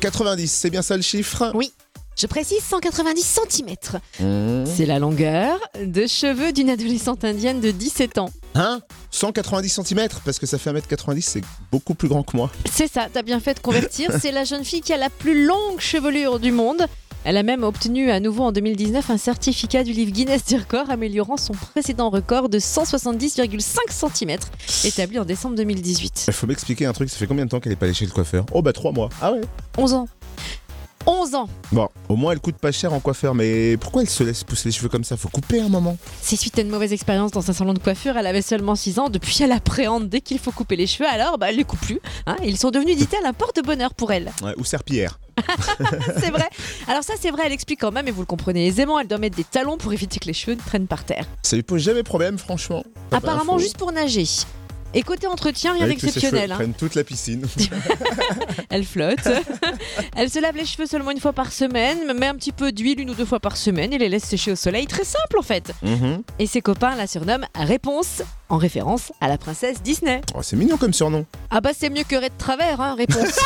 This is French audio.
190, c'est bien ça le chiffre Oui. Je précise 190 cm. Mmh. C'est la longueur de cheveux d'une adolescente indienne de 17 ans. Hein 190 cm Parce que ça fait 1m90, c'est beaucoup plus grand que moi. C'est ça, t'as bien fait de convertir. C'est la jeune fille qui a la plus longue chevelure du monde. Elle a même obtenu à nouveau en 2019 un certificat du livre Guinness des records, améliorant son précédent record de 170,5 cm, établi en décembre 2018. Il faut m'expliquer un truc, ça fait combien de temps qu'elle est pas allée chez le coiffeur Oh bah 3 mois. Ah ouais 11 ans. 11 ans Bon, au moins elle coûte pas cher en coiffeur, mais pourquoi elle se laisse pousser les cheveux comme ça Faut couper un moment. C'est suite à une mauvaise expérience dans un salon de coiffure. Elle avait seulement 6 ans. Depuis, elle appréhende dès qu'il faut couper les cheveux. Alors, bah, elle les coupe plus. hein. Ils sont devenus, dit-elle, un porte-bonheur pour elle. Ouais, ou serpillère. C'est vrai. Alors ça, c'est vrai, elle explique quand même, et vous le comprenez aisément, elle doit mettre des talons pour éviter que les cheveux ne traînent par terre. Ça lui pose jamais problème, franchement. Pas Apparemment, d'info. juste pour nager. Et côté entretien, rien Avec tous ses d'exceptionnel. cheveux, hein. prennent toute la piscine. Elle flotte. elle se lave les cheveux seulement une fois par semaine, met un petit peu d'huile une ou deux fois par semaine et les laisse sécher au soleil. Très simple en fait. Mhm. Et ses copains la surnomment Réponse, en référence à la princesse Disney. Oh, c'est mignon comme surnom. Ah bah c'est mieux que Red Travers, hein, Réponse.